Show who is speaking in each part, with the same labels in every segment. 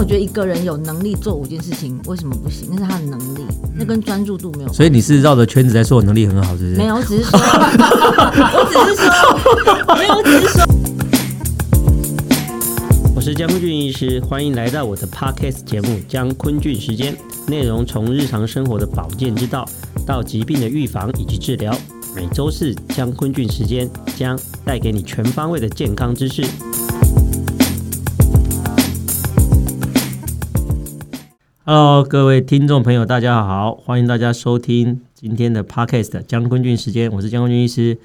Speaker 1: 觉得一个人有能力做五件事情，为什么不行？那是他的能力，
Speaker 2: 嗯
Speaker 1: 那跟专注度没有关系。
Speaker 2: 所以你是绕着圈子在说我能力很好，是不是？
Speaker 1: 没有，我只是说， 我只是说，没有，我只是说，
Speaker 2: 我是江坤俊医师，欢迎来到我的 podcast 节目《江坤俊时间》，内容从日常生活的保健之道到疾病的预防以及治疗。每周四江坤俊时间将带给你全方位的健康知识。Hello，各位听众朋友，大家好，欢迎大家收听今天的 podcast 江坤俊时间，我是江坤俊医师。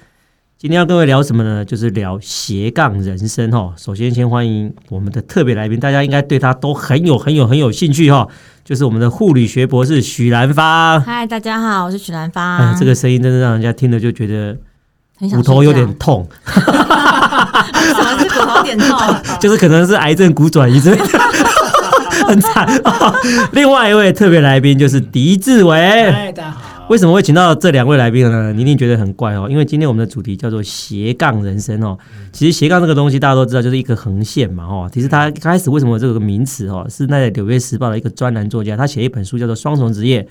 Speaker 2: 今天要跟各位聊什么呢？就是聊斜杠人生哈。首先，先欢迎我们的特别来宾，大家应该对他都很有、很有、很有兴趣哈。就是我们的护理学博士许兰芳。
Speaker 1: 嗨，大家好，我是许兰芳。
Speaker 2: 哎，这个声音真的让人家听了就觉得
Speaker 1: 啊很想
Speaker 2: 骨
Speaker 1: 睡觉
Speaker 2: 头有点，痛，
Speaker 1: 什么啊是骨头有点 痛？
Speaker 2: 就是可能是癌症骨转移之类的， 很惨、哦。另外一位特别来宾就是狄志伟。
Speaker 3: 哎嗨，大家好。
Speaker 2: 为什么会请到这两位来宾呢？你一定觉得很怪哦，因为今天我们的主题叫做斜杠人生哦。
Speaker 3: 嗯
Speaker 2: 其实斜杠这个东西大家都知道，就是一个横线嘛哦。其
Speaker 3: 嗯
Speaker 2: 实它开始为什么有这个名词哦，是那《纽约时报》的一个专栏作家，他写一本书叫做《双重职业》。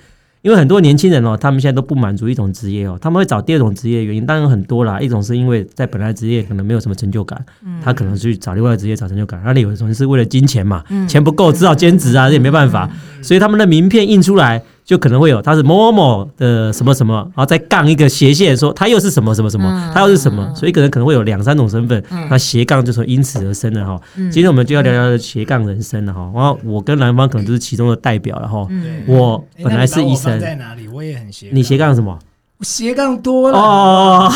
Speaker 2: 因为很多年轻人哦，他们现在都不满足一种职业哦，他们会找第二种职业，原因当然有很多啦。一种是因为在本来职业可能没有什么成就感，
Speaker 1: 嗯
Speaker 2: 他可能去找另外的职业找成就感。那里有一种是为了金钱嘛，
Speaker 1: 嗯
Speaker 2: 钱不够只好兼职啊，这也没办法。所以他们的名片印出来，就可能会有他是某某某的什么什么，然后再杠一个斜线，说他又是什么什么什么
Speaker 1: 嗯，
Speaker 2: 他又是什么，所以可能可能会有两三种身份。那斜杠就从因此而生了哈。
Speaker 1: 嗯
Speaker 2: 今天我们就要聊聊斜杠人生了哈。然后我跟兰芳可能就是其中的代表了哈。
Speaker 1: 嗯
Speaker 2: 我
Speaker 3: 哎
Speaker 2: 本
Speaker 3: 那
Speaker 2: 来
Speaker 3: 你
Speaker 2: 是
Speaker 3: 把
Speaker 2: 医
Speaker 3: 我放
Speaker 2: 生，
Speaker 3: 在哪里？我也很斜杠。
Speaker 2: 你斜杠什么？
Speaker 3: 我斜杠多了。
Speaker 2: 哦，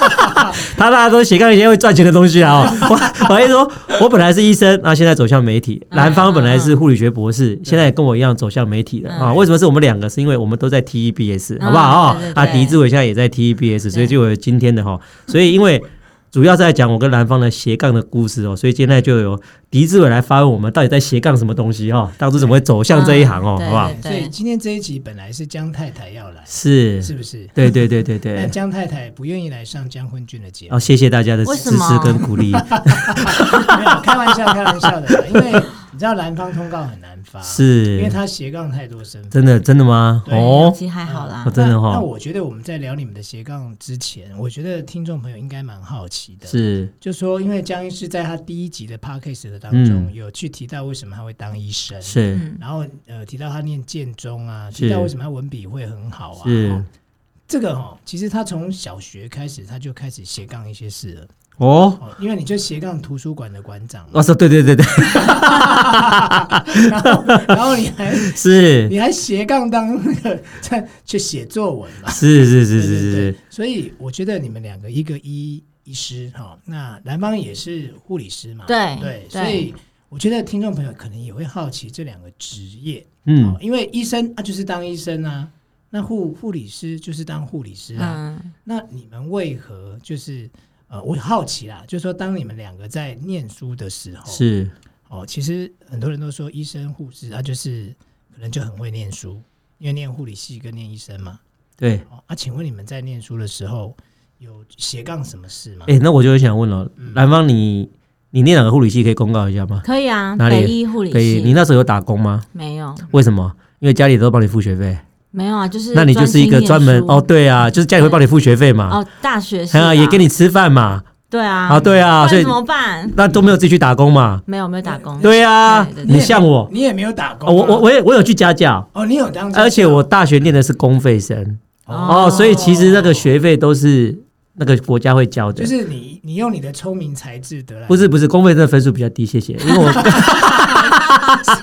Speaker 2: 他大家都斜杠一些会赚钱的东西啊、哦！我我跟你说，我本来是医生，那、现在走向媒体；
Speaker 1: 啊
Speaker 2: 兰芳本来是护理学博士，现在也跟我一样走向媒体了啊！为什么是我们两个？是因为我们都在 TEBS，、
Speaker 1: 嗯
Speaker 2: 好不好啊、
Speaker 1: 对对对
Speaker 2: 啊，狄志伟现在也在 TEBS，所以就有今天的哈、所以因为。主要是在讲我跟兰芳的斜杠的故事哦，所以现在就有狄志伟来发问我们到底在斜杠什么东西哦，当初怎么会走向这一行哦，
Speaker 1: 嗯
Speaker 2: 好不好？
Speaker 1: 对
Speaker 3: 所以今天这一集本来是江太太要来，
Speaker 2: 是，
Speaker 3: 是不是？
Speaker 2: 对对对对
Speaker 3: 但
Speaker 2: 对。
Speaker 3: 江太太不愿意来上江坤俊的节目
Speaker 2: 哦，，谢谢大家的
Speaker 1: 为
Speaker 2: 支
Speaker 1: 什么
Speaker 2: 持跟鼓励。哦
Speaker 3: 没有开玩笑，开玩笑的 啦。因为你知道兰芳通告很难发，因为
Speaker 2: 是，
Speaker 3: 他斜杠太多身份。
Speaker 2: 真的真的吗？
Speaker 3: 对
Speaker 2: 哦，
Speaker 1: 其实还好啦
Speaker 2: 哦。真的
Speaker 3: 那
Speaker 2: 哦
Speaker 3: 那我觉得我们在聊你们的斜杠之前，我觉得听众朋友应该蛮好奇的，
Speaker 2: 是，
Speaker 3: 就说因为江医师在他第一集的 podcast 的当中
Speaker 2: 嗯
Speaker 3: 有去提到为什么他会当医生，
Speaker 2: 是，
Speaker 1: 嗯
Speaker 3: 然后呃提到他念建中啊，
Speaker 2: 是
Speaker 3: 提到为什么他文笔会很好啊，
Speaker 2: 是
Speaker 3: 哦，
Speaker 1: 嗯
Speaker 3: 这个哦，其实他从小学开始他就开始斜杠一些事了，
Speaker 2: 哦，
Speaker 3: 哦，因为你就斜杠图书馆的馆长嘛，
Speaker 2: 我说对对对对，
Speaker 3: 然后然后你还
Speaker 2: 是
Speaker 3: 你还斜杠当那个在去写作文嘛，
Speaker 2: 是是是
Speaker 3: 对
Speaker 2: 是
Speaker 3: 对
Speaker 2: 是
Speaker 3: 对，所以我觉得你们两个一个医医师哈、哦，那兰芳也是护理师嘛，
Speaker 1: 对
Speaker 3: 对，
Speaker 1: 对
Speaker 3: 所以我觉得听众朋友可能也会好奇这两个职业，
Speaker 2: 嗯
Speaker 3: 哦，，因为医生啊就是当医生啊，那护护理师就是当护理师啊，
Speaker 1: 嗯，
Speaker 3: 那你们为何就是呃，我好奇啦，就是说当你们两个在念书的时候，
Speaker 2: 是
Speaker 3: 哦，其实很多人都说医生护士啊，就是可能就很会念书，因为念护理系跟念医生嘛，
Speaker 2: 对。
Speaker 3: 哦，啊，请问你们在念书的时候有斜杠什么事吗？
Speaker 2: 哎，那我就想问了，
Speaker 1: 嗯
Speaker 2: 兰芳，你你那两个护理系可以公告一下吗？
Speaker 1: 可以啊，
Speaker 2: 哪里
Speaker 1: 北医护理
Speaker 2: 可以，你
Speaker 1: 系啊
Speaker 2: 那时候有打工吗？
Speaker 1: 没有
Speaker 2: 为什么？因为家里都帮你付学费，
Speaker 1: 没有啊，就是
Speaker 2: 那你就是一个专
Speaker 1: 专心
Speaker 2: 门
Speaker 1: 念书
Speaker 2: 哦，对啊，就是家里会帮你付学费嘛，
Speaker 1: 哦，大学是
Speaker 2: 还有
Speaker 1: 吧
Speaker 2: 也给你吃饭嘛，
Speaker 1: 对啊，
Speaker 2: 啊，对
Speaker 1: 不
Speaker 2: 啊，
Speaker 1: 然
Speaker 2: 所以
Speaker 1: 怎么办？
Speaker 2: 那都没有自己去打工嘛，
Speaker 1: 没有没有打工，
Speaker 2: 对啊，
Speaker 1: 对对对
Speaker 2: 你像我，
Speaker 3: 你也没有打工啊、
Speaker 2: 哦我我我也我有去家教，
Speaker 3: 哦，你有当家教，
Speaker 2: 而且我大学念的是公费生
Speaker 1: 哦
Speaker 2: 哦所以其实那个学费都是那个国家会交的，
Speaker 3: 就是你你用你的聪明才智得来，
Speaker 2: 不是不是公费生的分数比较低，谢谢，因为我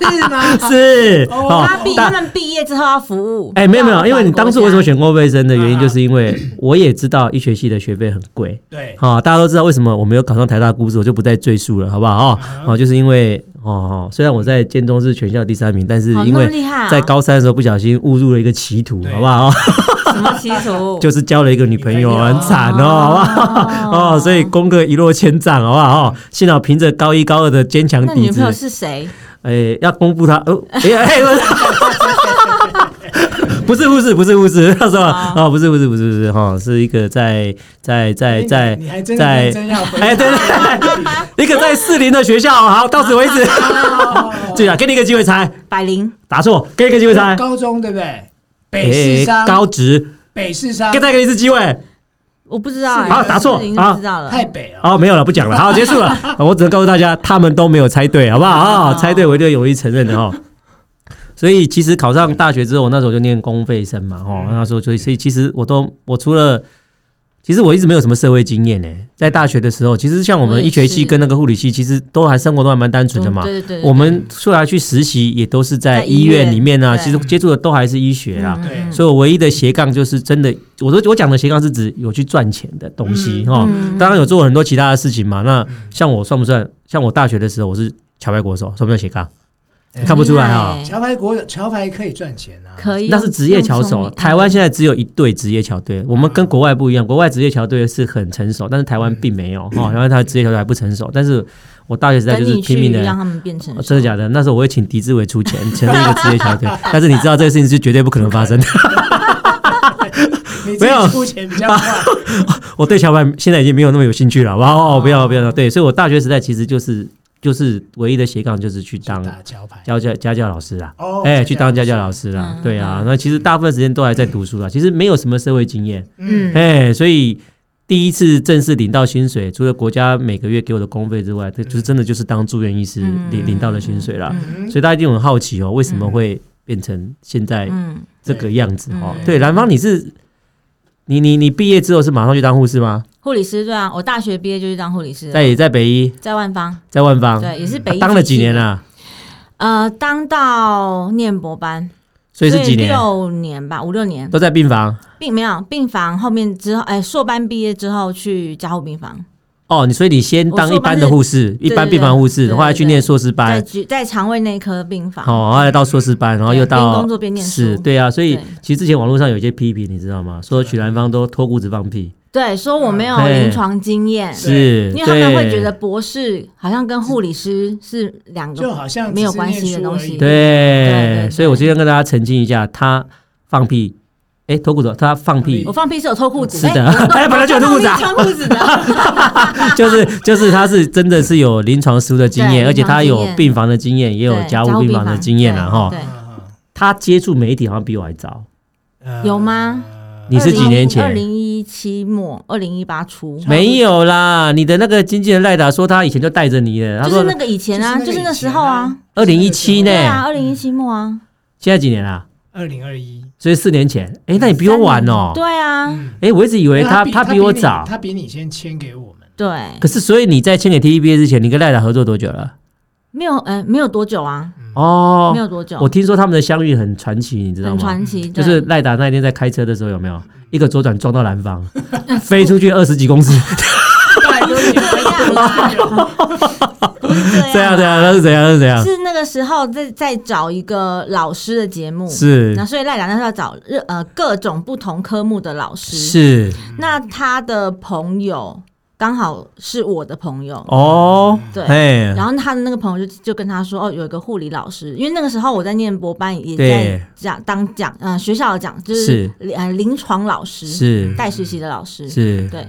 Speaker 3: 是吗？
Speaker 2: 是
Speaker 3: 哦
Speaker 1: 他毕他
Speaker 2: 大
Speaker 1: 们毕业之后要服务，
Speaker 2: 哎、没有没有，因为你当初为什么
Speaker 1: 选？
Speaker 2: 选公费生的原因，就是因为我也知道一学期的学费很贵。
Speaker 3: 对，
Speaker 2: 好、大家都知道为什么我没有考上台大的故事，我就不再赘述了，好不好？哦，哦就是因为哦哦，虽然我在建中是全校第三名，但是
Speaker 1: 哦
Speaker 2: 因
Speaker 1: 那么
Speaker 2: 为
Speaker 1: 厉害啊
Speaker 2: 在高三的时候不小心误入了一个歧途，
Speaker 3: 对
Speaker 2: 好不好？哦
Speaker 1: 什么习俗？
Speaker 2: 就是交了一个女朋友，
Speaker 3: 女朋友
Speaker 2: 很惨哦，好不好？哦，所以功课一落千丈，好不好？哦，幸好凭着高一高二的坚强
Speaker 1: 那
Speaker 2: 底
Speaker 1: 女朋友
Speaker 2: 子，
Speaker 1: 是谁？
Speaker 2: 哎，要公布他哦，哎哎，我不是护士，不是护士，是吧？
Speaker 1: 啊
Speaker 2: 啊，不是，不是，不是，不是，哈，是一个在在在哎在
Speaker 3: 哎你还真的
Speaker 2: 在
Speaker 3: 认真要回答
Speaker 2: 哎，对对对，一个在士林的学校，好，到此为止。
Speaker 3: 哦
Speaker 2: 对啊，给你一个机会猜，
Speaker 1: 百灵
Speaker 2: 答错，给你一个机会猜。
Speaker 3: 高中对不对？北市商，
Speaker 2: 哎高职，
Speaker 3: 北市商
Speaker 2: 给再给你一次机会。
Speaker 1: 我不知道哎，
Speaker 2: 好答错
Speaker 1: 已经
Speaker 2: 啊
Speaker 1: 知道了，
Speaker 3: 太北了，
Speaker 2: 哦，没有了，不讲了，好，结束了。我只能告诉大家，他们都没有猜对，好不好？啊，
Speaker 1: 哦
Speaker 2: 猜对我就勇于承认的哦。所以其实考上大学之后，我那时候就念公费生嘛，
Speaker 1: 嗯
Speaker 2: 哦，那时候所以所以其实我都我除了，其实我一直没有什么社会经验呢。在大学的时候，其实像我
Speaker 1: 我
Speaker 2: 们
Speaker 1: 也
Speaker 2: 医学系
Speaker 1: 是
Speaker 2: 跟那个护理系，其实都还生活都还蛮单纯的嘛。
Speaker 1: 对对对，对
Speaker 2: 我们出来去实习也都是在
Speaker 1: 在
Speaker 2: 医
Speaker 1: 医
Speaker 2: 院
Speaker 1: 院
Speaker 2: 里面啊，
Speaker 1: 对
Speaker 2: 其实接触的都还是医学啊。
Speaker 1: 嗯
Speaker 3: 对
Speaker 2: 所以我唯一的斜杠就是真的，我说我讲的斜杠是指有去赚钱的东西哈、
Speaker 1: 嗯
Speaker 2: 当然有做很多其他的事情嘛。那像我算不算？像我大学的时候我是桥牌国手，算不算斜杠？
Speaker 3: 嗯
Speaker 2: 看不出来啊、
Speaker 1: 很厉害
Speaker 3: 桥牌国桥牌可以赚钱啊，
Speaker 1: 可以
Speaker 2: 那是职业桥手，台湾
Speaker 1: 现
Speaker 2: 现在只有一队职业桥
Speaker 1: 嗯
Speaker 2: 队，我们跟国外不一样，国外职业桥队是很成熟，但是台湾并没有
Speaker 1: 嗯
Speaker 2: 哈、然后他职业桥队还不成熟，但是我大学时代就
Speaker 1: 等
Speaker 2: 是
Speaker 1: 你去
Speaker 2: 拼命的
Speaker 1: 让他们变成
Speaker 2: 哦真的假的？那时候我会请狄志伟出钱成立一个职业 球队，但是你知道这个事情是绝对不可能发生的。
Speaker 3: 你
Speaker 2: 没
Speaker 3: 自
Speaker 2: 有
Speaker 3: 己出钱比较 快。
Speaker 2: 我对桥牌现在已经没有那么有兴趣了，好不好？哦，不要不要，对，所以我大学时代其实就是就是唯一的斜杠就是去当
Speaker 3: 打桥牌
Speaker 2: 家教家教老师啦，
Speaker 3: 哦
Speaker 2: 哎，去当家教老师啦，
Speaker 1: 嗯
Speaker 2: 对啊，
Speaker 1: 嗯
Speaker 2: 那其实大部分时间都还在读书啦，其实没有什么社会经验，
Speaker 1: 嗯
Speaker 2: 哎，所以。第一次正式领到薪水，除了国家每个月给我的公费之外，这就是真的就是当住院医师
Speaker 1: 嗯
Speaker 2: 领领到的薪水啦。
Speaker 3: 嗯
Speaker 2: 所以大家一定很好奇哦，为什么会变成现在
Speaker 1: 嗯，
Speaker 2: 这个样子哦？
Speaker 1: 嗯
Speaker 2: 对，兰芳，你是你你你毕业之后是马上去当护士吗？
Speaker 1: 护理师对啊，我大学毕业就去当护理师了，
Speaker 2: 在在北医，
Speaker 1: 在万方，
Speaker 2: 在万方，
Speaker 1: 啊对，也是
Speaker 2: 啊
Speaker 1: 北医
Speaker 2: 当了几年
Speaker 1: 啊？
Speaker 2: 啊？
Speaker 1: 呃，当到念博班，
Speaker 2: 所以是几年？
Speaker 1: 六年吧，五六年，
Speaker 2: 都在病房
Speaker 1: 并没有病房。后面之后，哎，硕班毕业之后去加护病房，
Speaker 2: 哦。你所以你先
Speaker 1: 我
Speaker 2: 当一
Speaker 1: 硕班
Speaker 2: 般
Speaker 1: 是
Speaker 2: 的护士，一
Speaker 1: 对
Speaker 2: 般
Speaker 1: 对
Speaker 2: 病房护
Speaker 1: 对
Speaker 2: 士，
Speaker 1: 对
Speaker 2: 后来去念硕士
Speaker 1: 在
Speaker 2: 班，
Speaker 1: 局在肠胃内科病房。
Speaker 2: 哦，后来到硕士班，然后
Speaker 1: 对
Speaker 2: 又
Speaker 1: 边
Speaker 2: 到
Speaker 1: 工作边念书
Speaker 2: 是，对啊。所以
Speaker 1: 对
Speaker 2: 其实之前网络上有一些批评，你知道吗？说许兰芳都脱裤子放屁，
Speaker 1: 对，说我没有
Speaker 2: 哎
Speaker 1: 临床经验，
Speaker 2: 是，
Speaker 1: 因为他们会
Speaker 2: 嗯对
Speaker 1: 觉得博士好像跟护理师是两个
Speaker 3: 就好像
Speaker 1: 没有关系的东西
Speaker 3: 对，
Speaker 1: 对
Speaker 2: 对，
Speaker 1: 对
Speaker 2: 所以我今天跟大家澄清一下，他放屁，哎，脱裤子，他放屁
Speaker 1: 我，放屁是有脱裤子，
Speaker 2: 是的
Speaker 1: 哎我
Speaker 2: 哎本来就有脱裤子啊
Speaker 1: 我放屁穿裤子的，
Speaker 2: 就是就是他是真的是有临床书的经验，
Speaker 1: 对
Speaker 2: 而且他
Speaker 1: 临床
Speaker 2: 有
Speaker 1: 经验
Speaker 2: 病房的经 验，也有
Speaker 1: 对
Speaker 2: 家务病房的经验了啊哈。
Speaker 3: 啊
Speaker 1: 对，
Speaker 2: 他接触媒体好像比我还早，
Speaker 3: 呃
Speaker 1: 有吗？
Speaker 2: 你是几年前嗯
Speaker 1: 二零一七末，二零一八初，
Speaker 3: 差不多
Speaker 2: 没有啦。你的那个经纪人赖达说他以前就带着你了，他
Speaker 1: 就是
Speaker 2: 说
Speaker 1: 那个以前啊，就是那时候啊，，
Speaker 2: 2017呢
Speaker 1: 对啊，二零一七末啊，
Speaker 2: 现在几年啦，
Speaker 3: 二零二一，嗯
Speaker 2: 所以四年前，哎，那你比我晚哦。
Speaker 1: 对啊，
Speaker 2: 哎，我一直以为他
Speaker 3: 他
Speaker 2: 他比我早，
Speaker 3: 他比你先签给我们，
Speaker 1: 对，
Speaker 2: 可是所以你在签给 TVB 之前，你跟赖达合作多久了？
Speaker 1: 没有，呃，没有多久啊，
Speaker 2: 哦，
Speaker 1: 没有多久，
Speaker 2: 我听说他们的相遇很传奇，你知道
Speaker 1: 很
Speaker 2: 吗？
Speaker 1: 传奇，
Speaker 2: 就
Speaker 1: 对嗯
Speaker 2: 是赖达那天在开车的时候，有没有一个左转撞到蓝 方，飞出去二十几公尺？
Speaker 3: 拜托你们
Speaker 1: 这样啊不是
Speaker 2: 这
Speaker 1: 这样
Speaker 2: 样
Speaker 1: 啊。
Speaker 2: 这样， 那是怎样？那是怎样？
Speaker 1: 是那个时候在在找一个老师的节目，
Speaker 2: 是
Speaker 1: 那所以赖良那时候要找日呃各种不同科目的老师，
Speaker 2: 是
Speaker 1: 那他的朋友刚好是我的朋友，
Speaker 2: 哦，
Speaker 1: 对
Speaker 2: 嘿，
Speaker 1: 然后他的那个朋友就就跟他说，哦，有一个护理老师，因为那个时候我在念博班，也
Speaker 2: 对
Speaker 1: 在讲当讲呃学校的讲就是
Speaker 2: 是
Speaker 1: 呃临床老师，
Speaker 2: 是
Speaker 1: 带实习的老师，
Speaker 2: 是
Speaker 1: 对，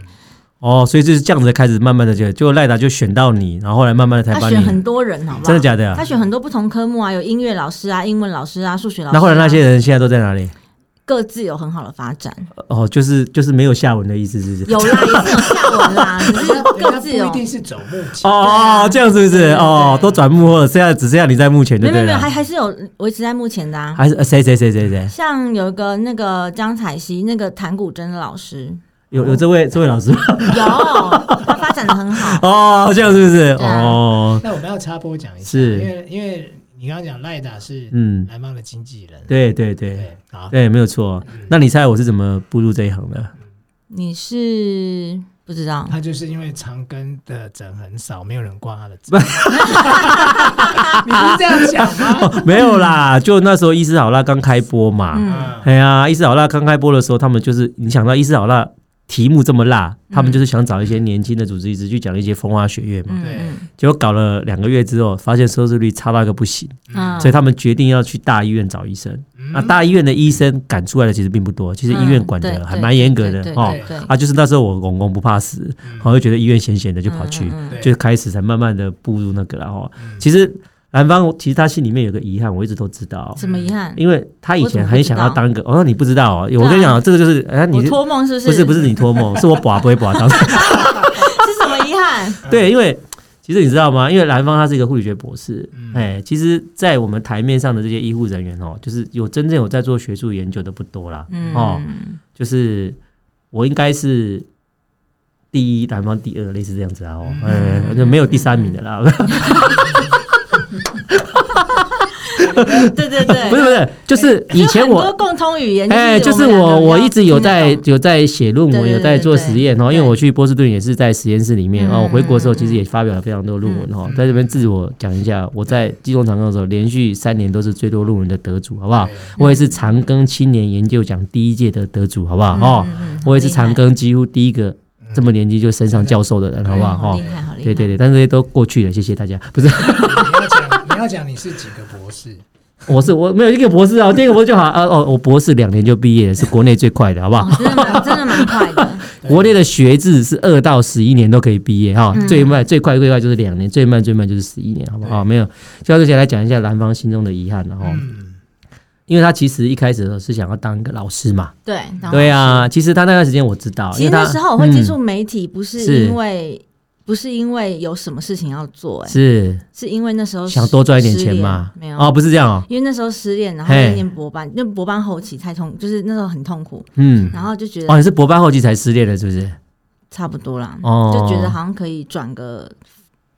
Speaker 2: 哦，所以就是这样子开始，慢慢的就就赖达就选到你，然后后来慢慢的才
Speaker 1: 他
Speaker 2: 把
Speaker 1: 选很
Speaker 2: 你，
Speaker 1: 多人，好不好？
Speaker 2: 真的假的啊
Speaker 1: 他？选很多不同科目啊，有音乐老师啊、英文老师啊、数学老师、
Speaker 2: 那
Speaker 1: 啊。
Speaker 2: 后来那些人现在都在哪里？
Speaker 1: 各自有很好的发 展，
Speaker 2: 哦，就是就是没有下文的意思，是不是？
Speaker 1: 有啦，也是有下文 啦，只是各自
Speaker 3: 不
Speaker 1: 有
Speaker 3: 一。定是走目前，
Speaker 2: 哦，这样是不是？哦，都转幕后了，现在只剩下你在幕前
Speaker 1: 没
Speaker 2: 就
Speaker 1: 有没
Speaker 2: 对
Speaker 1: 有没有，
Speaker 2: 了
Speaker 1: 还。还是有维持在目前的啊。
Speaker 2: 还是呃谁谁谁谁谁
Speaker 1: 像有一个那个江彩曦，那个弹古筝的老 师，
Speaker 2: 有有这位这位老 师吗？
Speaker 1: 有他发展的很好。
Speaker 2: 哦，这样是不是？
Speaker 1: 对啊
Speaker 2: 哦，
Speaker 3: 那我们要插播讲一下，
Speaker 2: 是
Speaker 3: 因为因为你刚刚讲赖达是
Speaker 2: 嗯，
Speaker 3: 南方的经纪人，
Speaker 2: 对对对
Speaker 3: 对，
Speaker 1: 啊
Speaker 3: 好，
Speaker 2: 对，没有错。那你猜我是怎么步入这一行的？
Speaker 1: 你是不知道，
Speaker 3: 他就是因为长庚的诊很少，没有人挂他的 诊，你不是这样讲 吗？
Speaker 2: 哦没有啦，就那时候《医师好辣》刚开播嘛。
Speaker 1: 嗯，
Speaker 3: 嗯
Speaker 2: 哎呀，《医师好辣》刚开播的时候，他们就是你想到《医师好辣》题目这么辣，
Speaker 1: 嗯
Speaker 2: 他们就是想找一些年轻的主治医师去讲一些风花雪月嘛。
Speaker 1: 嗯嗯
Speaker 2: 结果搞了两个月之后，发现收视率差到一个不行，
Speaker 1: 嗯，
Speaker 2: 所以他们决定要去大医院找医生。那大医院的医生赶出来的其实并不多，其实医院管
Speaker 1: 嗯
Speaker 2: 的
Speaker 1: 对
Speaker 2: 还蛮严格的
Speaker 1: 对对
Speaker 2: 哦
Speaker 1: 对对对。
Speaker 2: 啊，就是那时候我公公不怕死，然后就觉得医院闲闲的就跑去，
Speaker 1: 嗯嗯
Speaker 3: 对
Speaker 2: 就开始才慢慢的步入那个了哦。
Speaker 3: 嗯
Speaker 2: 其实兰芳其实她心里面有个遗憾，我一直都知道
Speaker 1: 嗯，怎么遗憾？
Speaker 2: 因为她以
Speaker 1: 我怎
Speaker 2: 前
Speaker 1: 么
Speaker 2: 很
Speaker 1: 不知
Speaker 2: 想要
Speaker 1: 道
Speaker 2: 当个哦，你不知道哦，我
Speaker 1: 对啊
Speaker 2: 跟你讲哦，这个就是哎你
Speaker 1: 我托梦是不是？
Speaker 2: 不是不是你 托梦，是我把不会把到。
Speaker 1: 是什么遗憾？
Speaker 2: 对，因为其实你知道吗？因为兰芳她是一个护理学博士，
Speaker 3: 嗯
Speaker 2: 哎、其实，在我们台面上的这些医护人员哦，就是有真正有在做学术研究的不多啦。
Speaker 1: 嗯，
Speaker 2: 哦就是我应该是第一，兰芳第二，类似这样子啊，哦，哎、就没有第三名的啦。
Speaker 1: 嗯对对对，
Speaker 2: 不是不是，就是以前我
Speaker 1: 就很多共通语言，
Speaker 2: 哎，就
Speaker 1: 就是是
Speaker 2: 我我一直有在
Speaker 1: 在
Speaker 2: 有在写论
Speaker 1: 对
Speaker 2: 文，
Speaker 1: 对
Speaker 2: 有在
Speaker 1: 对
Speaker 2: 做
Speaker 1: 对
Speaker 2: 实验哦，因为
Speaker 1: 对
Speaker 2: 我去波士顿也是在实验室里面哦，
Speaker 1: 嗯
Speaker 2: 我回国的时候
Speaker 1: 嗯
Speaker 2: 其实也发表了非常多论文哦，在这边自我讲一下，我在基隆长庚的时候，连续三年都是最多论文的得主，好不好
Speaker 1: 嗯
Speaker 3: 对？
Speaker 2: 我也是长庚青年研究奖第一届的得主，好不
Speaker 1: 嗯
Speaker 2: 好？哦，我也是长庚几乎第一个这么年纪就升上教授的人，好不好？
Speaker 1: 嗯好
Speaker 2: 哦
Speaker 1: 厉，害，好厉害，
Speaker 2: 对对对，但是这些都过去了，谢谢大家。不是，
Speaker 3: 你要讲，你要讲你是几个博士？
Speaker 2: 我是我没有一个博士啊，我第一个博士就好啊哦，我博士两年就毕业了，是国内最快的，好不好
Speaker 1: 哦，？真的蛮真的蛮快 的，
Speaker 2: 国内的学制是二到十一年都可以毕业哈，
Speaker 1: 嗯
Speaker 2: 最慢最快最快就是两年，最慢最慢就是十一年，好不好？没有，就之前来讲一下兰芳心中的遗憾了哈，
Speaker 3: 嗯，
Speaker 2: 因为他其实一开始的时候是想要当一个老师嘛，
Speaker 1: 对然后
Speaker 2: 对啊，其实他那段时间我知道，
Speaker 1: 其
Speaker 2: 因
Speaker 1: 实
Speaker 2: 为他嗯
Speaker 1: 那时候我会接触媒体，不
Speaker 2: 是
Speaker 1: 是因为不是因为有什么事情要做，
Speaker 2: 嗯
Speaker 1: 哎，
Speaker 2: 是
Speaker 1: 是因为那时候
Speaker 2: 想多赚一点
Speaker 1: 失
Speaker 2: 钱
Speaker 1: 恋
Speaker 2: 嘛，
Speaker 1: 没有
Speaker 2: 哦，不是这样哦，
Speaker 1: 因为那时候失恋，然后
Speaker 2: 嘿
Speaker 1: 就念博班，那博班后期太痛，就是那时候很痛苦，
Speaker 2: 嗯，
Speaker 1: 然后就觉
Speaker 2: 哦，
Speaker 1: 得
Speaker 2: 你是博班后期才失恋的，是不是？
Speaker 1: 差不多啦，
Speaker 2: 哦
Speaker 1: 嗯就觉得好像可以转个，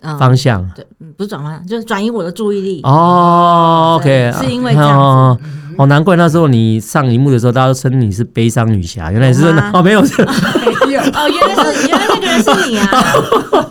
Speaker 1: 嗯，
Speaker 2: 方向
Speaker 1: 对，嗯不是转方向，就是转移我的注意力。
Speaker 2: 哦，OK，
Speaker 1: 对是因为这样子嗯
Speaker 2: 哦哦，难怪那时候你上荧幕的时候，大家都称你是悲伤女侠，原来是
Speaker 1: 有吗
Speaker 2: 哦，没有，是
Speaker 3: 没有，
Speaker 1: 哦，原来是原来那个人是你啊！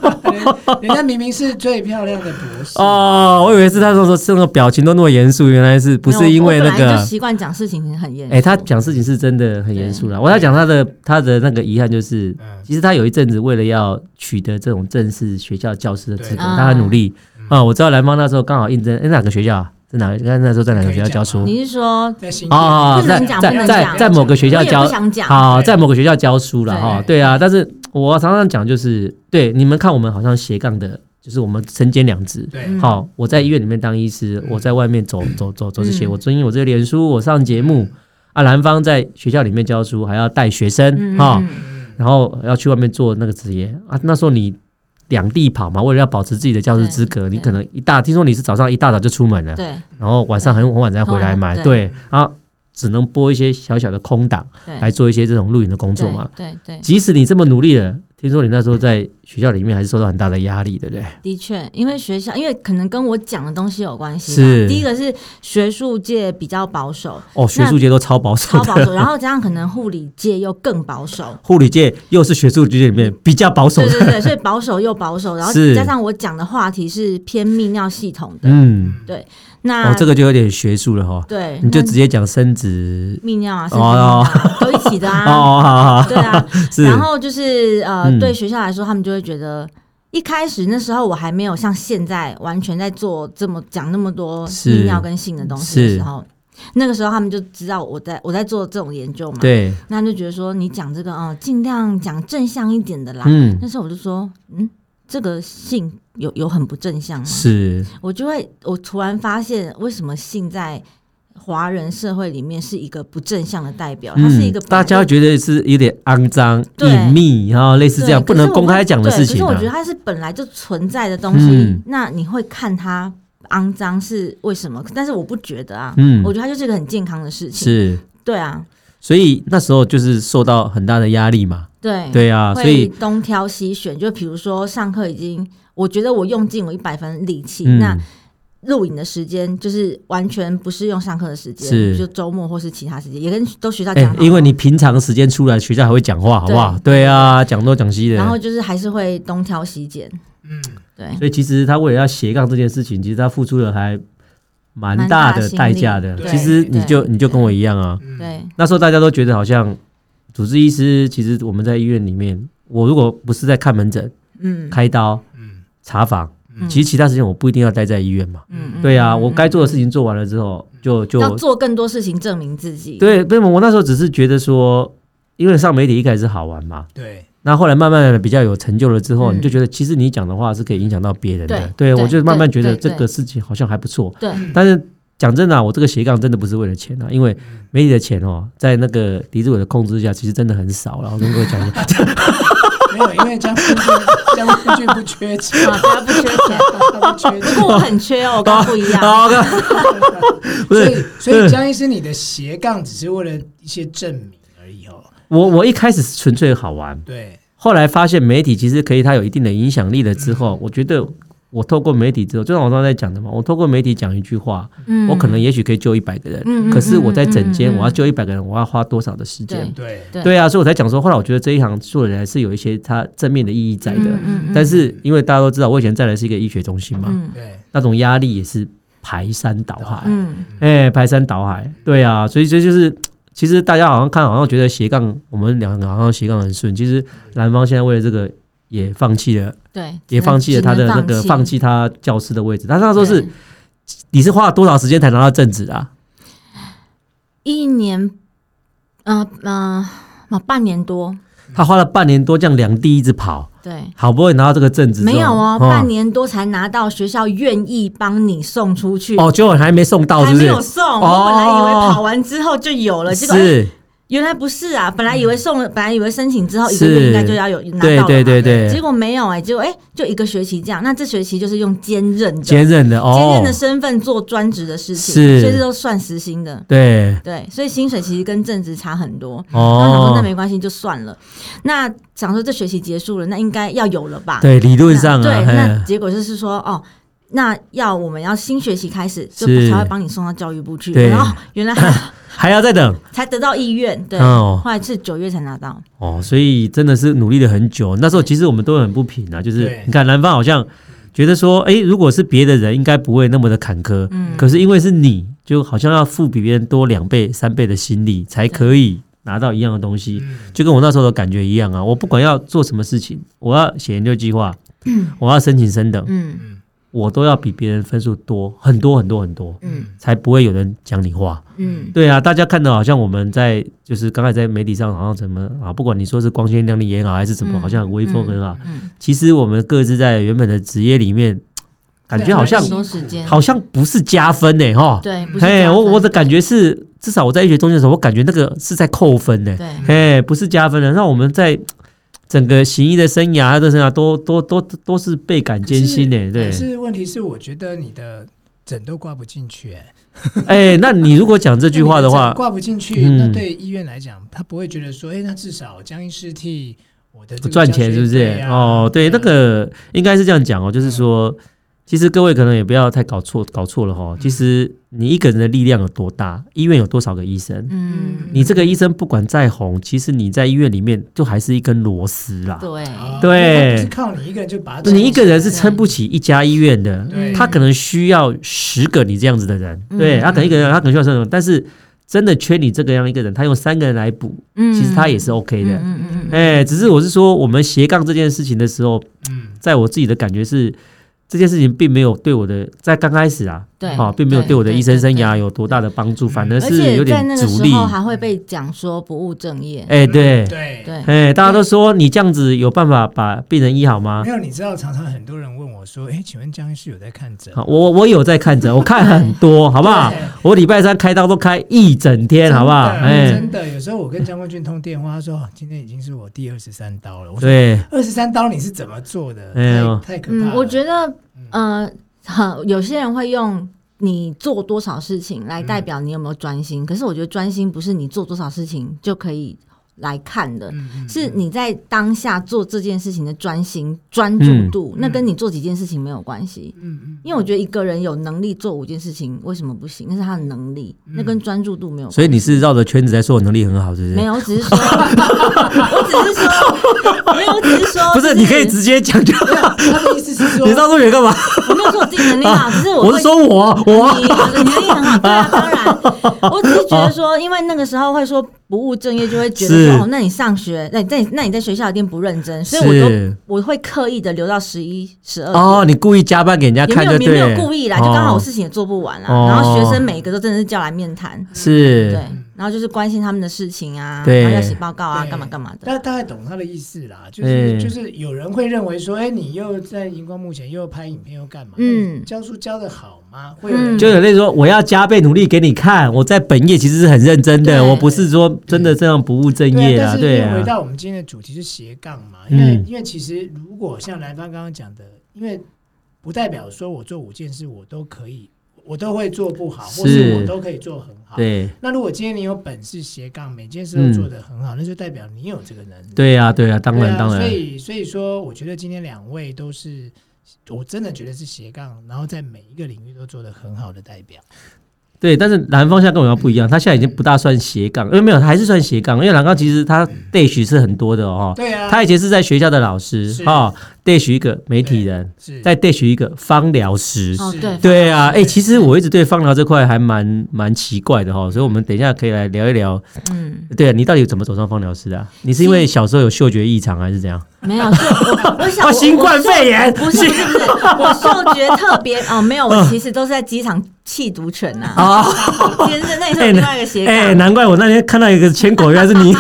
Speaker 3: 人人家明明是最漂亮的博士
Speaker 2: 哦，我以为是他说说这个表情都那么严肃，原来是 不是因为那
Speaker 1: 没有我本来
Speaker 2: 个
Speaker 1: 就？习惯讲事情很严肃？
Speaker 2: 哎、他讲事情是真的很严肃了。我要讲他的他的那个遗憾就是，
Speaker 3: 嗯
Speaker 2: 其实他有一阵子为了要取得这种正式学校教师的资格，
Speaker 3: 对
Speaker 2: 他很努力啊、我知道兰芳那时候刚好应征，哎、哪个学校啊？在哪个？那时候在哪个学校教书？
Speaker 1: 你是说
Speaker 3: 在新
Speaker 2: 哦，
Speaker 1: 不
Speaker 2: 在
Speaker 1: 能讲不
Speaker 2: 在
Speaker 1: 能
Speaker 2: 在
Speaker 1: 讲
Speaker 2: 在某个学校
Speaker 1: 我也
Speaker 2: 教
Speaker 1: 不，想讲？
Speaker 2: 好，
Speaker 3: 对
Speaker 2: 在某个学校教书了
Speaker 1: 对
Speaker 2: 哈，对啊，但是我常常讲就是，对你们看我们好像斜杠的，就是我们身兼两职，
Speaker 3: 对
Speaker 1: 嗯
Speaker 2: 好，我在医院里面当医师，我在外 面走走走走这些，
Speaker 1: 嗯
Speaker 2: 我遵义我这个脸书，我上节目啊，兰芳在学校里面教书，还要带学生
Speaker 1: 嗯
Speaker 2: 哈、
Speaker 1: 嗯
Speaker 3: 嗯
Speaker 2: 然后要去外面做那个职业啊。那时候你两地跑嘛，为了要保持自己的教师资格，
Speaker 1: 对
Speaker 2: 你
Speaker 1: 对
Speaker 2: 可能一大听说你是早上一大早就出门了，
Speaker 1: 对
Speaker 2: 然后晚上很很晚才回来嘛，
Speaker 1: 对
Speaker 2: 对啊，只能拨一些小小的空档
Speaker 1: 对，
Speaker 2: 来做一些这种录影的工作嘛。
Speaker 1: 对对，对
Speaker 2: 即使你这么努力了，听说你那时候在学校里面还是受到很大的压力，对不对？
Speaker 1: 的确，因为学校，因为可能跟我讲的东西有关系吧。
Speaker 2: 是
Speaker 1: 第一个是学术界比较保 守，
Speaker 2: 哦，学术界都超保守
Speaker 1: 超保
Speaker 2: 的，
Speaker 1: 守，然后加上可能护理界又更保守。
Speaker 2: 护理界又是学术界里面比较保守
Speaker 1: 对
Speaker 2: 的，
Speaker 1: 对对，所以保守又保守，然后
Speaker 2: 是
Speaker 1: 加上我讲的话题是偏泌尿系统的，
Speaker 2: 嗯，
Speaker 1: 那、
Speaker 2: 哦，这个就有点学术了哈，
Speaker 1: 对，
Speaker 2: 你就
Speaker 1: 那
Speaker 2: 直接讲生殖，
Speaker 1: 泌尿啊，甚
Speaker 2: 哦
Speaker 1: 至泌尿 啊都一起的
Speaker 2: 哦，
Speaker 1: 啊，
Speaker 2: 好好好，
Speaker 1: 对啊。
Speaker 2: 是，
Speaker 1: 然后就是呃，
Speaker 2: 嗯
Speaker 1: 对学校来说，他们就会觉得。一开始那时候我还没有像现在完全在做这么讲那么多泌
Speaker 2: 是
Speaker 1: 尿跟性的东西的
Speaker 2: 是
Speaker 1: 时候，那个时候他们就知道我在我在做这种研究嘛，
Speaker 2: 对，
Speaker 1: 那就觉得说你讲这个哦，呃尽量讲正向一点的啦。
Speaker 2: 嗯，
Speaker 1: 那时候我就说，嗯，这个性有有很不正向吗？
Speaker 2: 是，
Speaker 1: 我就会，我突然发现，为什么性在华人社会里面是一个不正向的代表？哦它是一
Speaker 2: 嗯
Speaker 1: 个，
Speaker 2: 大家觉得是有点肮脏、
Speaker 1: 对
Speaker 2: 隐秘，然后类
Speaker 1: 是
Speaker 2: 似这样不能公开讲的事情
Speaker 1: 可是我觉得
Speaker 2: 啊，
Speaker 1: 它是本来就存在的东西，
Speaker 2: 嗯
Speaker 1: 那你会看它肮脏是为什么？但是我不觉得啊，
Speaker 2: 嗯
Speaker 1: 我觉得它就是一个很健康的事情。
Speaker 2: 是，
Speaker 1: 对啊，
Speaker 2: 所以那时候就是受到很大的压力嘛，
Speaker 1: 对。
Speaker 2: 对啊，
Speaker 1: 嗯
Speaker 2: 所
Speaker 1: 会
Speaker 2: 以
Speaker 1: 东挑西选，就比如说上课已经，我觉得我用尽我一百分力气，
Speaker 2: 嗯，
Speaker 1: 那录影的时间就是完全不是用上课的时
Speaker 2: 是
Speaker 1: 间，就周末或是其他时间，也跟都学校讲
Speaker 2: 哎
Speaker 1: 好，了、
Speaker 2: 因为你平常时间出来学校还会讲话，好不好？
Speaker 1: 对
Speaker 2: 对啊，讲东讲西的，
Speaker 1: 然后就是还是会东挑西拣，
Speaker 3: 嗯，
Speaker 1: 对，
Speaker 2: 所以其实他为了要斜杠这件事情，其实他付出了还蛮大的代价的
Speaker 1: 蛮。
Speaker 3: 大的心力
Speaker 2: 其实你就
Speaker 1: 对
Speaker 2: 你就跟我一样啊，
Speaker 3: 嗯，
Speaker 1: 对，
Speaker 2: 那时候大家都觉得好像主治医师，其实我们在医院里面，我如果不是在看门诊、
Speaker 1: 嗯，
Speaker 2: 开刀、
Speaker 3: 嗯
Speaker 2: 查房，其实其他时间我不一定要待在医院嘛。
Speaker 1: 嗯，
Speaker 2: 对呀、
Speaker 1: 嗯
Speaker 2: 我该做的事情做完了之后，就就
Speaker 1: 要做更多事情证明自己。，
Speaker 2: 对，为什么我那时候只是觉得说，因为上媒体一开始是好玩嘛，
Speaker 3: 对，
Speaker 2: 那后来慢慢的比较有成就了之后，
Speaker 1: 嗯
Speaker 2: 你就觉得其实你讲的话是可以影响到别人的。
Speaker 1: 对
Speaker 2: 对我
Speaker 1: 对
Speaker 2: 就慢慢
Speaker 1: 对
Speaker 2: 觉得
Speaker 1: 对
Speaker 2: 这
Speaker 1: 对
Speaker 2: 个事情好像还不错。
Speaker 1: 对，啊
Speaker 2: 但是讲真的、啊，我这个斜杠真的不是为了钱啊，因为媒体的钱哦，在那个李志伟的控制下，其实真的很少了。我跟各位讲 一下，
Speaker 3: 没有，因为江夫君，江夫君不缺钱，
Speaker 1: 啊，他不缺 钱，
Speaker 3: 他不缺
Speaker 1: 不
Speaker 3: 钱。
Speaker 1: 过我很缺哦，我跟他不一样。
Speaker 2: 好， 不
Speaker 3: 所
Speaker 2: 是
Speaker 3: 以，所以江医师，你的斜杠只是为了一些证明而已哦。
Speaker 2: 我我一开始是纯粹好玩，
Speaker 3: 对，
Speaker 2: 后来发现媒体其实可以，它有一定的影响力了之后，我觉得我透过媒体之后，就像我刚才讲的嘛，我透过媒体讲一句话，
Speaker 1: 嗯
Speaker 2: 我可能也许可以救一百个人，
Speaker 1: 嗯嗯
Speaker 2: 可是我在整间
Speaker 1: 嗯嗯嗯
Speaker 2: 我要救一百个人，我要花多少的时间？
Speaker 3: 对，
Speaker 1: 对
Speaker 2: 对啊，所以我才讲说，后来我觉得这一行做人还是有一些它正面的意义在的。
Speaker 1: 嗯
Speaker 2: 但是因为大家都知道，我以前在的是一个医学中心嘛，
Speaker 1: 嗯
Speaker 3: 对，
Speaker 2: 那种压力也是排山倒海，哎、
Speaker 1: 嗯
Speaker 2: 排山倒海。对啊，所以这就是。其实大家好像看，好像觉得斜杠，我们两个好像斜杠很顺。其实蓝方现在为了这个也放弃了，
Speaker 1: 对，
Speaker 2: 也放弃了他的那个放
Speaker 1: 弃。
Speaker 2: 弃他教师的位置。他那时候是你是花了多少时间才拿到正职啊？
Speaker 1: 一年，嗯嗯，啊，半年多，
Speaker 2: 他花了半年多这样两地一直跑，
Speaker 1: 对。
Speaker 2: 好不容易拿到这个正职之后，
Speaker 1: 没有哦，
Speaker 2: 嗯
Speaker 1: 半年多才拿到学校愿意帮你送出去，
Speaker 2: 哦，结果还没送到，
Speaker 1: 还
Speaker 2: 是不
Speaker 1: 没
Speaker 2: 是？
Speaker 1: 有送。
Speaker 2: 哦
Speaker 1: 我本来以为跑完之后就有了，结果哎
Speaker 2: 是，嗯
Speaker 1: 原来不是啊！本来以为送了，本来以为申请之后一个
Speaker 2: 是
Speaker 1: 月应该就要有哎拿到了
Speaker 2: 对
Speaker 1: 嘛
Speaker 2: 对对
Speaker 1: 结
Speaker 2: 对，
Speaker 1: 果没有哎、结果哎、就一个学期这样。那这学期就是用兼任的
Speaker 2: 坚韧的
Speaker 1: 兼
Speaker 2: 哦
Speaker 1: 任的，身份做专职的事情，
Speaker 2: 是
Speaker 1: 所以这都算实薪的。
Speaker 2: 对
Speaker 1: 对，所以薪水其实跟正职差很多。然后想说那
Speaker 2: 哦，
Speaker 1: 没关系，就算了。那想说这学期结束了，那应该要有了吧？
Speaker 2: 对，理论上
Speaker 1: 对，那
Speaker 2: 啊，
Speaker 1: 结果就是说，哦，那要我们要新学期开始，就是才会帮你送到教育部去。
Speaker 2: 对
Speaker 1: 然后原来还
Speaker 2: 嘿还要再等
Speaker 1: 才得到意愿，对，
Speaker 2: 哦
Speaker 1: 后来是九月才拿到。
Speaker 2: 哦，所以真的是努力了很久。那时候其实我们都很不平啊，就是
Speaker 3: 对
Speaker 2: 你看南方好像觉得说，诶，如果是别的人，应该不会那么的坎坷，
Speaker 1: 嗯，
Speaker 2: 可是因为是你，就好像要付比别人多两倍、三倍的心力，才可以拿到一样的东西。
Speaker 3: 嗯，
Speaker 2: 就跟我那时候的感觉一样啊！我不管要做什么事情，我要写研究计划，
Speaker 3: 嗯
Speaker 2: 我要申请升等，
Speaker 1: 嗯
Speaker 2: 我都要比别人分数多很多很多很多，
Speaker 1: 嗯
Speaker 2: 才不会有人讲你话。
Speaker 1: 嗯
Speaker 2: 对啊，大家看到好像我们在就是刚才在媒体上好像怎么啊，不管你说是光鲜亮丽也好，还是怎
Speaker 1: 嗯
Speaker 2: 么，好像很威风
Speaker 1: 嗯
Speaker 2: 很好，
Speaker 1: 嗯，
Speaker 2: 其实我们各自在原本的职业里面，感觉好像
Speaker 1: 很多时间，
Speaker 2: 好像不是加分呢、哈。
Speaker 1: 对，不是
Speaker 2: 嘿，
Speaker 1: 加
Speaker 2: 我
Speaker 1: 分
Speaker 2: 我的感觉是，至少我在医学中间的时候，我感觉那个是在扣分呢、
Speaker 1: 对，
Speaker 2: 嘿，不是加分的。那我们在整个行医的生涯、的生涯都都都都是倍感艰辛呢、对
Speaker 3: 可，是问题是，我觉得你的诊都挂不进去、哎
Speaker 2: 哎，那你如果讲这句话的
Speaker 3: 那你
Speaker 2: 话
Speaker 3: 诊，挂不进去，
Speaker 2: 嗯
Speaker 3: 那对医院来讲，他不会觉得说，哎、那至少江医师替我的这个
Speaker 2: 赚钱是不
Speaker 3: 交
Speaker 2: 是
Speaker 3: 学费？啊
Speaker 2: 哦，对，那个应该是这样讲哦，就是
Speaker 3: 嗯
Speaker 2: 说，其实各位可能也不要太搞错搞错了哈。其实你一个人的力量有多大，医院有多少个医生，
Speaker 1: 嗯，
Speaker 2: 你这个医生不管再红，其实你在医院里面就还是一根螺丝啦。
Speaker 1: 对，
Speaker 3: 啊那
Speaker 2: 对
Speaker 3: 不是靠你一个人就把它
Speaker 2: 你一个人
Speaker 3: 撑
Speaker 2: 是
Speaker 3: 起来
Speaker 2: 撑不起一家医院的，
Speaker 3: 对
Speaker 2: 他可能需要十个你这样子的人，
Speaker 1: 嗯
Speaker 2: 对他可能一个人，他可能需要三个人，但是真的缺你这个样一个人，他用三个人来补，
Speaker 1: 嗯
Speaker 2: 其实他也是 OK 的。
Speaker 1: 嗯嗯嗯嗯，
Speaker 2: 哎、只是我是说，我们斜杠这件事情的时候，
Speaker 3: 嗯，
Speaker 2: 在我自己的感觉是，这件事情并没有对我的在刚开始啊，
Speaker 1: 对嗯
Speaker 2: 啊，并没有对我的医生生涯有多大的帮助，
Speaker 3: 对对
Speaker 2: 反而
Speaker 1: 而
Speaker 2: 是有
Speaker 1: 且在
Speaker 2: 点
Speaker 1: 那个
Speaker 2: 阻
Speaker 1: 时
Speaker 2: 力。
Speaker 1: 候还会被讲说不务正业，
Speaker 2: 哎、对，
Speaker 3: 对
Speaker 1: 对，
Speaker 2: 哎、大家都说你这样子有办法把病人医好吗
Speaker 3: 没？有，你知道，常常很多人问我说：“哎，请问江医师有在看诊？”
Speaker 2: 好，我我有在看 诊，我看很多，好不好
Speaker 3: 对？
Speaker 2: 我礼拜三开刀都开一整天，好不好？
Speaker 3: 真的
Speaker 2: 哎，
Speaker 3: 真的，有时候我跟江冠俊通电话，他说哦：“今天已经是我第二十三刀了。”我说
Speaker 2: 对，：“
Speaker 3: 二十三刀你是怎么做的？
Speaker 2: 哎呦
Speaker 3: 太太可怕
Speaker 1: 嗯，
Speaker 3: 了。”
Speaker 1: 我觉得，呃，很有些人会用你做多少事情
Speaker 3: 嗯
Speaker 1: 来代表你有没有专心，可是我觉得专心不是你做多少事情就可以来看的。
Speaker 3: 嗯，嗯
Speaker 1: 是你在当下做这件事情的专心专
Speaker 2: 嗯
Speaker 1: 注度，那跟你做几件事情没有关系。
Speaker 3: 嗯嗯，
Speaker 1: 因为我觉得一个人有能力做五件事情，为什么不行？那是他的能力，
Speaker 3: 嗯
Speaker 1: 那跟专注度没有关系。
Speaker 2: 所以你是绕着圈子在说我能力很好，是不
Speaker 1: 没
Speaker 2: 是？
Speaker 1: 有，我只是说，我只是说，没有，我只是说，
Speaker 2: 不
Speaker 1: 就
Speaker 2: 是，
Speaker 1: 是
Speaker 2: 你可以直接讲就好。
Speaker 3: 他的意思是说
Speaker 2: 你，上数学干嘛？
Speaker 1: 我没有说我自己能力好，只是我
Speaker 2: 我
Speaker 1: 会
Speaker 2: 是说我我
Speaker 1: 你你能力很好，对 啊，当然，我只是觉得说，因为那个时候会说不务正业，就会觉得
Speaker 2: 是
Speaker 1: 说，哦，那你上学，那你在那你在学校一定不认真，所以我都
Speaker 2: 是
Speaker 1: 我会刻意的留到十一、十二
Speaker 2: 哦，你故意加班给人家
Speaker 1: 呃也
Speaker 2: 看
Speaker 1: 没
Speaker 2: 就
Speaker 1: 有也没
Speaker 2: 对了，
Speaker 1: 有故意啦，就刚好我
Speaker 2: 哦
Speaker 1: 事情也做不完啦，
Speaker 2: 哦
Speaker 1: 然后学生每一个都真的是叫来面谈，
Speaker 2: 是
Speaker 1: 对，然后就是关心他们的事情啊，
Speaker 2: 对
Speaker 1: 然后要写报告啊，
Speaker 3: 对
Speaker 1: 干嘛干嘛的，
Speaker 3: 哎大大概懂他的意思啦，就
Speaker 2: 嗯
Speaker 3: 是就是有人会认为说，哎，你又在荧光幕前又拍影片又干嘛？
Speaker 1: 嗯
Speaker 3: 嗯，教书教的好吗？会有人
Speaker 1: 嗯
Speaker 2: 就有类似说我要加倍努力给你看，我在本业其实是很认真的，
Speaker 1: 对
Speaker 2: 我不是说真的这样不务正
Speaker 3: 对
Speaker 2: 业
Speaker 3: 啊，
Speaker 2: 啦，
Speaker 3: 但是
Speaker 2: 对
Speaker 3: 又回
Speaker 2: 啊，
Speaker 3: 到我们今天的主题是斜杠嘛，因为、
Speaker 2: 嗯
Speaker 3: 因为其实如果像兰芳刚刚讲的，因为不代表说我做五件事我都可以，我都会做不好，或
Speaker 2: 是
Speaker 3: 是我都可以做很好。
Speaker 2: 对
Speaker 3: 那如果今天你有本事斜杠，每件事都做得很好，那就代表你有这个能力。
Speaker 2: 对呀对呀，当
Speaker 3: 对
Speaker 2: 然
Speaker 3: 啊
Speaker 2: 当然
Speaker 3: 所，以所以说，我觉得今天两位都是，我真的觉得是斜杠，然后在每一个领域都做得很好的代表。
Speaker 2: 对，但是蓝方向跟我们不一样，他现在已经不大算斜杠，因为没有，他还是算斜杠，因为蓝刚其实他 dash 是很多的哦，
Speaker 3: 对啊，
Speaker 2: 他以前是在学校的老师
Speaker 3: 是
Speaker 2: 哦，dash 一个媒体人，
Speaker 3: 是
Speaker 2: 再 dash 一个芳疗师。
Speaker 1: 哦
Speaker 3: 是
Speaker 1: 对
Speaker 2: 对啊，哎、
Speaker 3: 对
Speaker 2: 其实我一直对芳疗这块还蛮蛮奇怪的哈、哦，所以我们等一下可以来聊一聊
Speaker 1: 嗯，
Speaker 2: 对啊，你到底怎么走上芳疗师的啊、你是因为小时候有嗅觉异常还是怎样？
Speaker 1: 没有，是我我想
Speaker 2: 啊，
Speaker 1: 我
Speaker 2: 新冠肺炎嗯
Speaker 1: 不是不是不是，我嗅觉特别哦，没有，我其实都是在机场弃毒犬呐、
Speaker 2: 啊！
Speaker 1: 其实那也是另外一个斜杠。
Speaker 2: 哎，难怪我那天看到一个牵狗，原来是 你，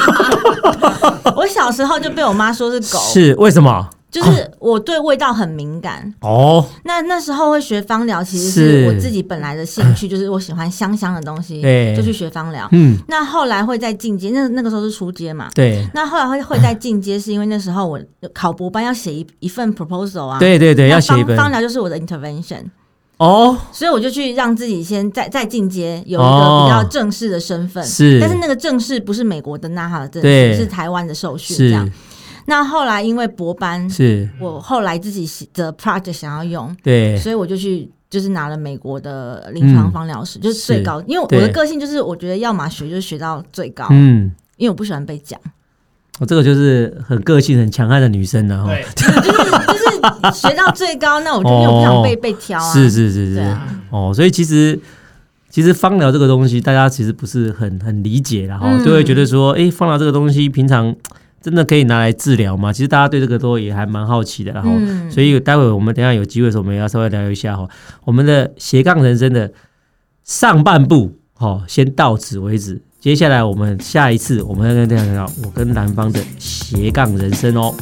Speaker 1: 我小时候就被我妈说是狗，
Speaker 2: 是为什么？
Speaker 1: 就是我对味道很敏感。
Speaker 2: 哦，
Speaker 1: 那那时候会学芳疗，其实
Speaker 2: 是
Speaker 1: 是我自己本来的兴 趣，就是我喜欢香香的东西
Speaker 2: 对，
Speaker 1: 就去学芳疗。
Speaker 2: 嗯，
Speaker 1: 那后来会在进阶，那那个时候是初阶嘛。
Speaker 2: 对，
Speaker 1: 那后来会会在进阶，是因为那时候我考博班要写一一份 proposal 啊，
Speaker 2: 对对对，
Speaker 1: 那
Speaker 2: 要写一
Speaker 1: 芳
Speaker 2: 本
Speaker 1: 芳疗就是我的 intervention，
Speaker 2: 哦，
Speaker 1: 所以我就去让自己先再再进阶，有一
Speaker 2: 哦
Speaker 1: 个比较正式的身份。
Speaker 2: 是
Speaker 1: 但是那个正式不是美国的纳哈的正
Speaker 2: 对
Speaker 1: 式，是台湾的受训这样
Speaker 2: 是。
Speaker 1: 那后来因为博班，
Speaker 2: 是，
Speaker 1: 我后来自己的 project 想要用，
Speaker 2: 对嗯
Speaker 1: 所以我就去就是拿了美国的临床芳疗师，就是最高，因为我
Speaker 2: 对
Speaker 1: 的个性就是我觉得要么学就是学到最 高，
Speaker 2: 嗯，
Speaker 1: 因为我不喜欢被讲，
Speaker 2: 我这个就是很个性很强悍的女生了哈，
Speaker 3: 对，
Speaker 1: 就是学到最高，那我就因为我不想被被挑啊，
Speaker 2: 哦是是是
Speaker 1: 对
Speaker 2: 是，
Speaker 1: 啊，
Speaker 2: 哦，所以其实。其实芳疗这个东西，大家其实不是很很理解啦，哈、
Speaker 1: 嗯
Speaker 2: 就会觉得说，哎，芳疗这个东西平常真的可以拿来治疗吗？其实大家对这个都也还蛮好奇的啦，哈、
Speaker 1: 嗯，
Speaker 2: 所以待会我们等一下有机会的时候，我们也要稍微聊一下哈，我们的斜杠人生的上半部，好，先到此为止。接下来我们下一次我们要跟大家聊我跟南方的斜杠人生哦。